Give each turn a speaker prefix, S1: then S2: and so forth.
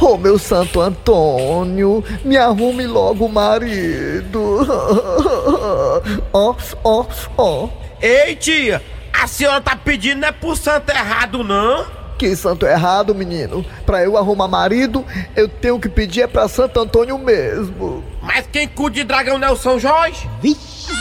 S1: Oh, meu santo Antônio, me arrume logo o marido. Ó, ó, ó.
S2: Ei, tia, a senhora tá pedindo não é pro santo errado, não?
S1: Que santo é errado, menino. Pra eu arrumar marido, eu tenho que pedir é pra Santo Antônio mesmo.
S2: Mas quem cuida de dragão não é o São Jorge?
S3: Vixe!